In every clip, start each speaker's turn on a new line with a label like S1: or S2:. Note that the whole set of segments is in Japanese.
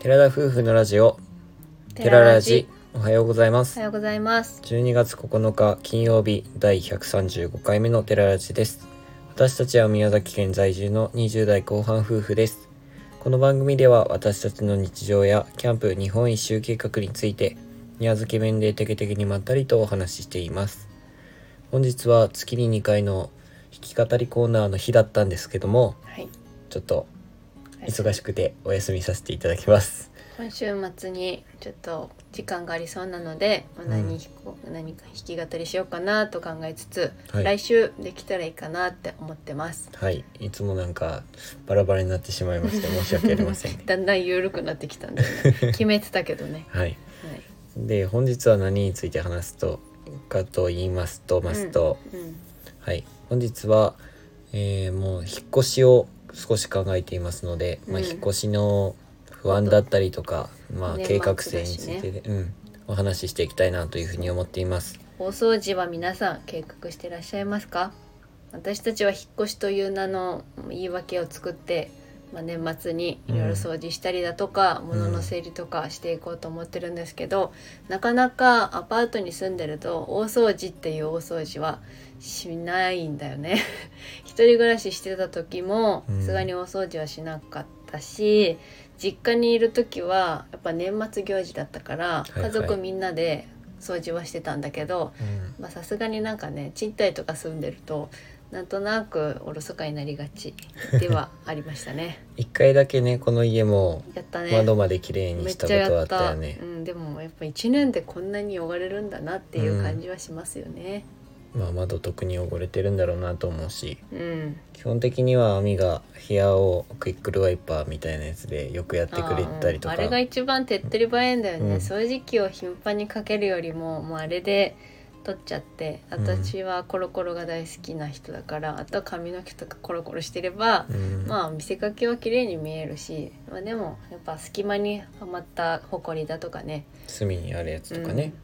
S1: 寺田夫婦のラジオ
S2: テ
S1: 寺ラジおはようございま
S2: おは
S1: す
S2: ようございます
S1: 12月9日金曜日第135回目の寺ラジです私たちは宮崎県在住の20代後半夫婦ですこの番組では私たちの日常やキャンプ日本一周計画について宮崎弁でテケテケにまったりとお話ししています本日は月に2回の弾き語りコーナーの日だったんですけども
S2: はい
S1: ちょっと忙しくてお休みさせていただきます。
S2: 今週末にちょっと時間がありそうなので、
S1: ん
S2: 何弾こう何か弾き語りしようかなと考えつつ、
S1: は
S2: 来
S1: い。
S2: 週できたらいいかなって思ってます
S1: はい、いつもなんかバラバラになってしまいま
S2: 。
S1: して申し訳ありません、ね
S2: だんだん緩くなってきたん で、ね、決めてたけどね、
S1: はい。
S2: はい
S1: で本日は何について話すとかと言いますとますと、
S2: うん、
S1: はい。本日は、えーもう引っ越しを少し考えていますので、まあ
S2: うん
S1: 引っ越しの不安だったりとか、まあ
S2: 年末
S1: 計画性についてで、うんお話ししていきたいなというふうに思っています。
S2: 大掃除は皆さん計画してらっしゃいますか私たちは引っ越しという名の言い訳を作って、まあ、年末にいろいろ掃除したりだとか、物の整理とかしていこうと思ってるんですけど、なかなかアパートに住んでると大掃除っていう大掃除はしないんだよね 一人暮らししてた時も
S1: うん
S2: さすがに大掃除はしなかったし、実家にいる時はやっぱ年末行事だったから
S1: いはい
S2: 家族みんなで掃除はしてたんだけど、
S1: うん
S2: まあさすがになんかね賃貸とか住んでるとなんとなくおろそかになりがちではありましたね
S1: 一回だけねこの家も
S2: やったね
S1: 窓まで綺麗に
S2: めっ
S1: した
S2: ち
S1: こ
S2: ゃ
S1: とは
S2: や
S1: あ
S2: っ
S1: った
S2: た
S1: よね
S2: う。ん、でもやっぱ1年でこんなに汚れるんだなっていう感じはしますよね
S1: まあ、窓特に汚れてるんだろうなと思うし
S2: うん、
S1: 基本的には網が部屋をクイックルワイパーみたいなやつでよくやってくれたりと
S2: あ
S1: か
S2: ーうんあれが一番手っ取り早いんだよね、
S1: うん
S2: 掃除機を頻繁にかけるよりももうあれで取っちゃって
S1: うん
S2: 私はコロコロが大好きな人だからあとは髪の毛とかコロコロしてれば
S1: うん
S2: まあ見せかけは綺麗に見えるし、まあ、でもやっぱ隙間にはまったほこりだとかね
S1: 隅にあるやつとかね、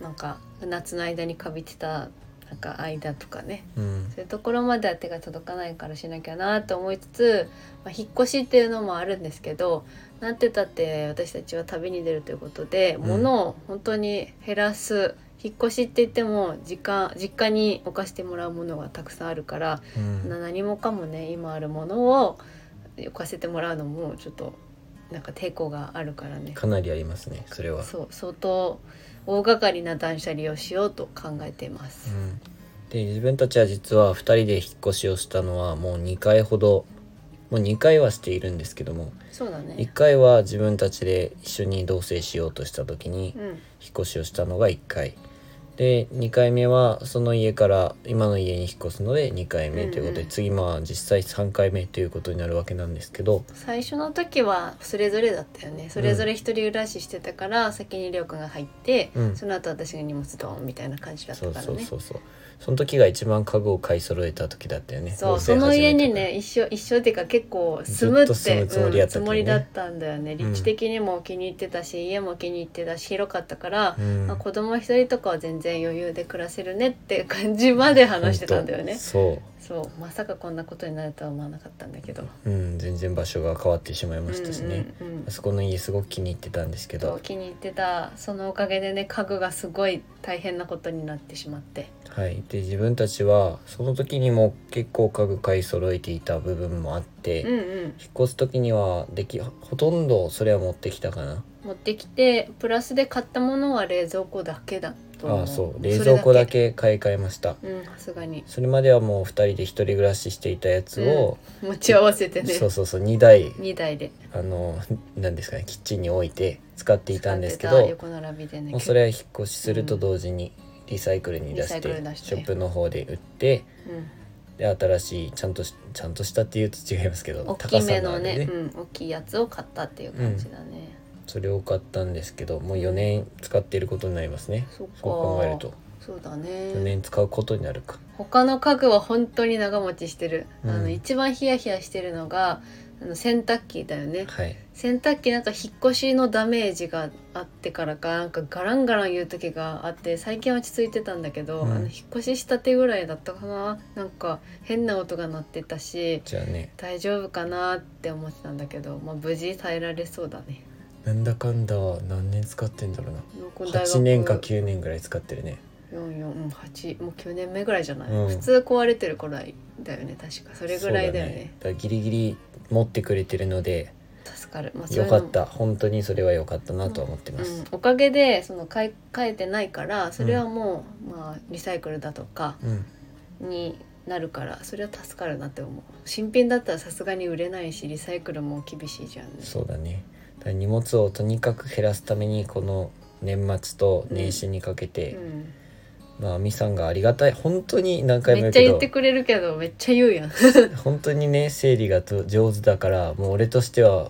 S2: うんなんか夏の間にかびてたなんか間とかね
S1: うん
S2: そういうところまでは手が届かないからしなきゃなと思いつつ、まあ、引っ越しっていうのもあるんですけどなんてたって私たちは旅に出るということで、
S1: ん
S2: 物を本当に減らす引っ越しって言っても時間実家に置かしてもらうものがたくさんあるから
S1: うん
S2: な何もかもね今あるものを置かせてもらうのもちょっとなんか抵抗があるからね
S1: かなりありますねそれは。
S2: そう相当大掛かりな断捨離をしようと考えていま
S1: う
S2: す、
S1: んで自分たちは実は2人で引っ越しをしたのはもう2回ほどもう2回はしているんですけども
S2: そうだね
S1: 1回は自分たちで一緒に同棲しようとした時に
S2: うん
S1: 引っ越しをしたのが1回で2回目はその家から今の家に引っ越すので2回目ということで、
S2: うんうん
S1: 次まあ実際3回目ということになるわけなんですけど
S2: 最初の時はそれぞれだったよねそれぞれ一人暮らししてたから先にりょうくんが入って、
S1: うん
S2: その後私が荷物ドーンみたいな感じだった
S1: そ
S2: か
S1: う
S2: らね
S1: そうそうそうその時が一番家具を買い揃えた時だったよね
S2: そう
S1: 同棲
S2: その
S1: 始め
S2: 家
S1: てから
S2: にね一生一生っていうか結構住むっ
S1: ず
S2: て
S1: っと住むつもりやったけ
S2: うんつ
S1: ど
S2: も
S1: ね
S2: りだったんだよね
S1: うん
S2: 立地的にも気に入ってたし、家も気に入ってたし広かったから、
S1: うん
S2: まあ、子供一人とかは全然余裕で暮らせるねっていう感じまで話してたんだよ
S1: ほ
S2: ね
S1: とそ
S2: そうまさかこんなことになるとは思わなかったんだけど、
S1: ううん全然場所が変わってしまいましたしね、
S2: うんうんうん
S1: あそこの家すごく気に入ってたんですけ
S2: そ
S1: ど
S2: う気に入ってたそのおかげでね家具がすごい大変なことになってしまって
S1: はいで自分たちはその時にも結構家具買い揃えていた部分もあって、
S2: うんうん
S1: 引っ越す時にはできほとんどそれは持ってきたかな
S2: 持ってきてプラスで買ったものは冷蔵庫だけだと思
S1: ああそう冷蔵庫だけ買い替えました
S2: うん、さすがに
S1: それまではもう2人で一人暮らししていたやつを、
S2: 持ち合わせてね
S1: そうそうそう2台
S2: 2台で
S1: あの何ですかねキッチンに置いて使っていたんですけ
S2: 使っ
S1: ど
S2: てた横並びでね
S1: もうそれは引っ越しすると同時にリサイクルに出し
S2: リサイク
S1: て
S2: ルに出して
S1: ショップの方で売って
S2: うん、
S1: で新しいちゃんとしちゃんとしたっていうと違いますけど
S2: 大きめの
S1: る
S2: ねうん、大きいやつを買ったっていう感じだね、
S1: それを買ったんですけどもう4年使っていることになりますね
S2: そっか
S1: そう考えると
S2: そうだ
S1: 4
S2: ね
S1: 年使うことになるか
S2: 他の家具は本当に長持ちしてる、あ
S1: う
S2: の
S1: ん
S2: 一番ヒヤヒヤしてるのがあの洗濯機だよね
S1: はい
S2: 洗濯機なんか引っ越しのダメージがあってからかなんかガランガラン言う時があって最近は落ち着いてたんだけど、
S1: うん
S2: あの引っ越ししたてぐらいだったかななんか変な音が鳴ってたし
S1: じゃあね
S2: 大丈夫かなって思ってたんだけど、まあ、無事耐えられそうだね
S1: なんだかんだ何年使ってんだろうな
S2: この大学
S1: 8年か9年ぐらい使ってるね
S2: 448もう9年目ぐらいじゃない、
S1: うん
S2: 普通壊れてる頃だよね確かそれぐらいだよね
S1: そうだからギリギリ持ってくれてるので
S2: 助かる、まあ、
S1: よか
S2: そうい
S1: っ
S2: うの
S1: た本当にそれは良かったなとは思ってま
S2: も
S1: す、
S2: うん、おかげでその買い変えてないからそれはもう、まあ、リサイクルだとか
S1: うん、
S2: になるからそれは助かるなって思う新品だったらさすがに売れないしリサイクルも厳しいじゃんね
S1: そうだねだから荷物をとにかく減らすためにこの年末と年始にかけて、
S2: うん
S1: まあみさんがありがたい本当に何回も言
S2: めっ
S1: う
S2: ちゃ
S1: け
S2: 言
S1: ど
S2: ってくれるけどめっちゃ言うやん
S1: 本当にね整理がと上手だからもう俺としてはうん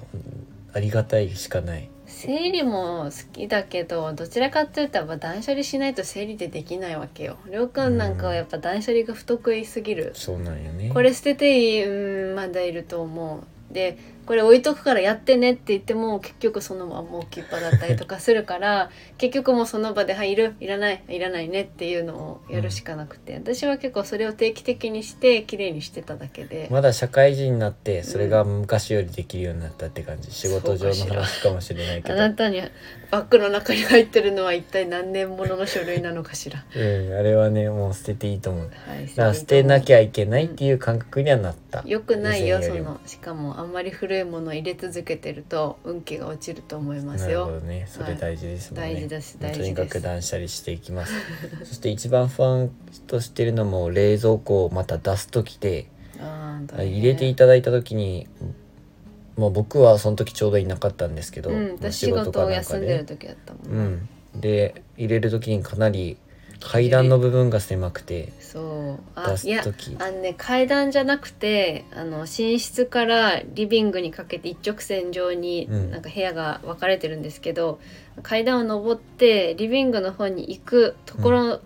S1: ありがたいしかない
S2: 生理も好きだけどどちらかというとやっぱ断捨離しないと生理ってできないわけよりょうくんなんかはやっぱ断捨離が不得意すぎる、
S1: そうなんよね
S2: これ捨てていいうんまだいると思うでこれ置いとくからやってねって言っても結局そのまま置きっぱだったりとかするから 結局もうその場で「はいいるいらないいらないね」っていうのをやるしかなくて、私は結構それを定期的にして綺麗にしてただけで、
S1: まだ社会人になってそれが昔よりできるようになったって感じ、仕事上の
S2: そうか
S1: 話かもしれないけ
S2: あ
S1: ど
S2: なたにバッグの中に入ってるのは一体何年ものの書類なのかしら。
S1: うん、あれはねもう捨てていいと思うだ
S2: はい、
S1: から捨てなきゃいけないっていう感覚にはなった、
S2: よくない
S1: 以
S2: よ
S1: 前
S2: そ
S1: りも
S2: のしかもあんまり古いものを入れ続けてると運気が落ちると思います
S1: なるほど
S2: よ。
S1: ねそれ大事ですもんね、
S2: 大事です大
S1: と
S2: 事です
S1: にかく断捨離していきます そして一番不安としてるのも冷蔵庫をまた出す時で
S2: あー大変
S1: 入れていただいた時にもう僕はその時ちょうどいなかったんですけど、
S2: うん、
S1: まあ
S2: 私仕事を休んで
S1: で、
S2: る時だったもん
S1: う
S2: な、
S1: ん、で入れる時にかなり階段の部分が狭くて
S2: そうあ
S1: 出
S2: いや
S1: す時
S2: あのね階段じゃなくてあの寝室からリビングにかけて一直線上に
S1: うん
S2: なんか部屋が分かれてるんですけど、階段を登ってリビングの方に行くところ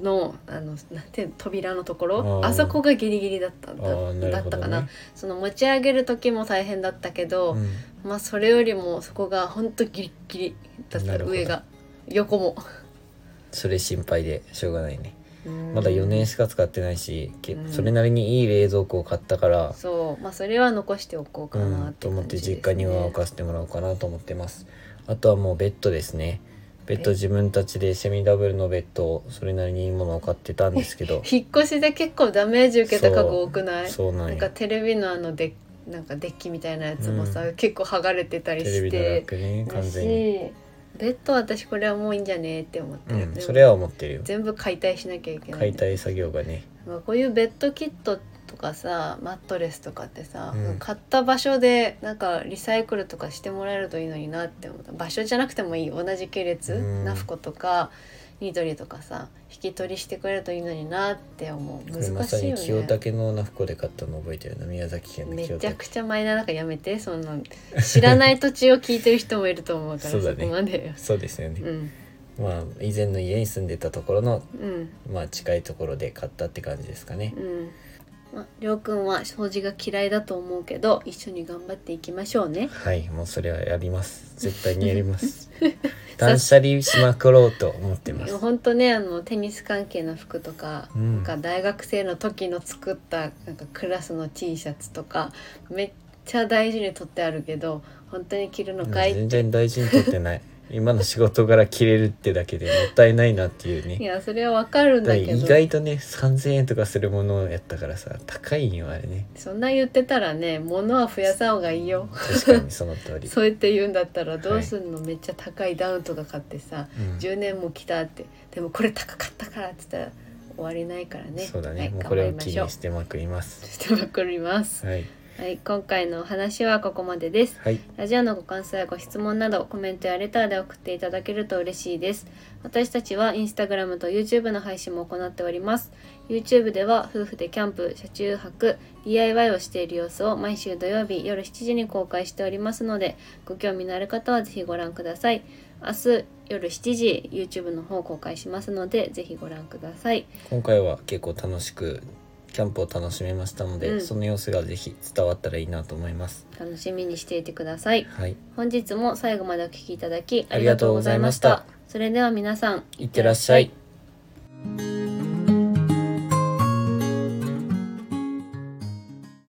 S2: の、あのなんていうの扉のところ
S1: あー
S2: あそこがギリギリだったん
S1: あーな
S2: だ
S1: る
S2: だ
S1: ほどね
S2: ったかなその持ち上げる時も大変だったけど、
S1: うん
S2: まあそれよりもそこがほんとギリギリだっ
S1: な
S2: た
S1: るほど
S2: 上が横も。
S1: それ心配でしょうがないね
S2: うん
S1: まだ4年しか使ってないし、け
S2: うん
S1: それなりにいい冷蔵庫を買ったから、
S2: そうまあそれは残しておこうか
S1: う
S2: なんっ
S1: と
S2: て
S1: 思
S2: 感
S1: っ
S2: じ
S1: て
S2: です、ね
S1: 実家には置かせてもらおうかなと思ってますあとはもうベッドですねベッド
S2: ベッ
S1: 自分たちでセミダブルのベッドをそれなりにいいものを買ってたんですけ ど
S2: 引っ越しで結構ダメージ受けた家具多くない
S1: そうな
S2: なんん
S1: や
S2: かテレビのあのデッなんかデッキみたいなやつもさ、
S1: う
S2: 結構剥がれてたり
S1: テレ
S2: し
S1: ビのラ
S2: て
S1: ックね
S2: だ
S1: 完
S2: し
S1: 全に
S2: ベッドは私これはもういいんじゃねえって思って
S1: う
S2: る、
S1: ん
S2: 全部
S1: それは思ってるよ
S2: 全部解体しなきゃいけない
S1: 解体作業がね
S2: まあこういうベッドキットとかさマットレスとかってさ、
S1: うん
S2: 買った場所でなんかリサイクルとかしてもらえるといいのになって思った場所じゃなくてもいい同じ系列、
S1: うん
S2: ナフコとかニトリとかさ引き取りしてくれるといいのになって思う
S1: これま
S2: 難
S1: さ
S2: しい
S1: に
S2: よ
S1: 清
S2: ね
S1: 武のナフコで買ったの覚えてるの宮崎県の
S2: め
S1: 清
S2: ちゃ
S1: 武
S2: くちゃマイナーだからやめてそんな知らない土地を聞いてる人もいると思うから
S1: そうだ
S2: そ
S1: ね
S2: こまで よ。
S1: そうですよね、
S2: うん
S1: まあ以前の家に住んでたところの
S2: うん
S1: まあ近いところで買ったって感じですかね
S2: うんまあ、りょうくんは掃除が嫌いだと思うけど一緒に頑張っていきましょうね。
S1: はい、もうそれはやります。絶対にやります。 断捨離しまくろうと思ってます。
S2: 本当ねあのテニス関係の服とか,、
S1: うん
S2: なんか大学生の時の作ったなんかクラスの T シャツとかめっちゃ大事に取ってあるけど本当に着るのかい、
S1: 全然大事にとってない。今の仕事から切れるってだけでもったいないなっていう
S2: い
S1: ね。
S2: やそれはわかるん
S1: だ
S2: だけど
S1: 意外とね、3000円とかするものをやったからさ、高いんよ、あれね。
S2: そんな言ってたらね物は増やさ方がいいよ。
S1: 確かにその通り。
S2: そうやって言うんだったらどうすんの、めっちゃ高いダウンとか買ってさ
S1: うん
S2: 10年も着たってでもこれ高かったからって言ったら終わりないからね
S1: そうだね、
S2: はい、
S1: もう
S2: 頑
S1: こ
S2: 張
S1: れ
S2: り
S1: を
S2: ま
S1: 気
S2: しょう
S1: にしてまくります。
S2: してまくります
S1: はい。
S2: はい今回のお話はここまでです
S1: はい。
S2: ラジオのご感想やご質問などコメントやレターで送っていただけると嬉しいです。私たちはインスタグラムと YouTube の配信も行っております。YouTube では夫婦でキャンプ、車中泊、DIY をしている様子を毎週土曜日夜7時に公開しておりますので、ご興味のある方はぜひご覧ください。明日夜7時 YouTube の方公開しますので、ぜひご覧ください。
S1: 今回は結構楽しく、キャンプを楽しめましたので、
S2: うん
S1: その様子がぜひ伝わったらいいなと思います。
S2: 楽しみにしていてください。
S1: はい。
S2: 本日も最後までお聞きいただき
S1: あ
S2: あ
S1: り
S2: り
S1: が
S2: が
S1: と
S2: と
S1: うご
S2: うご
S1: ざ
S2: ざ
S1: い
S2: い
S1: ま
S2: ま
S1: し
S2: したた。それでは皆さん、
S1: いってらっしゃい。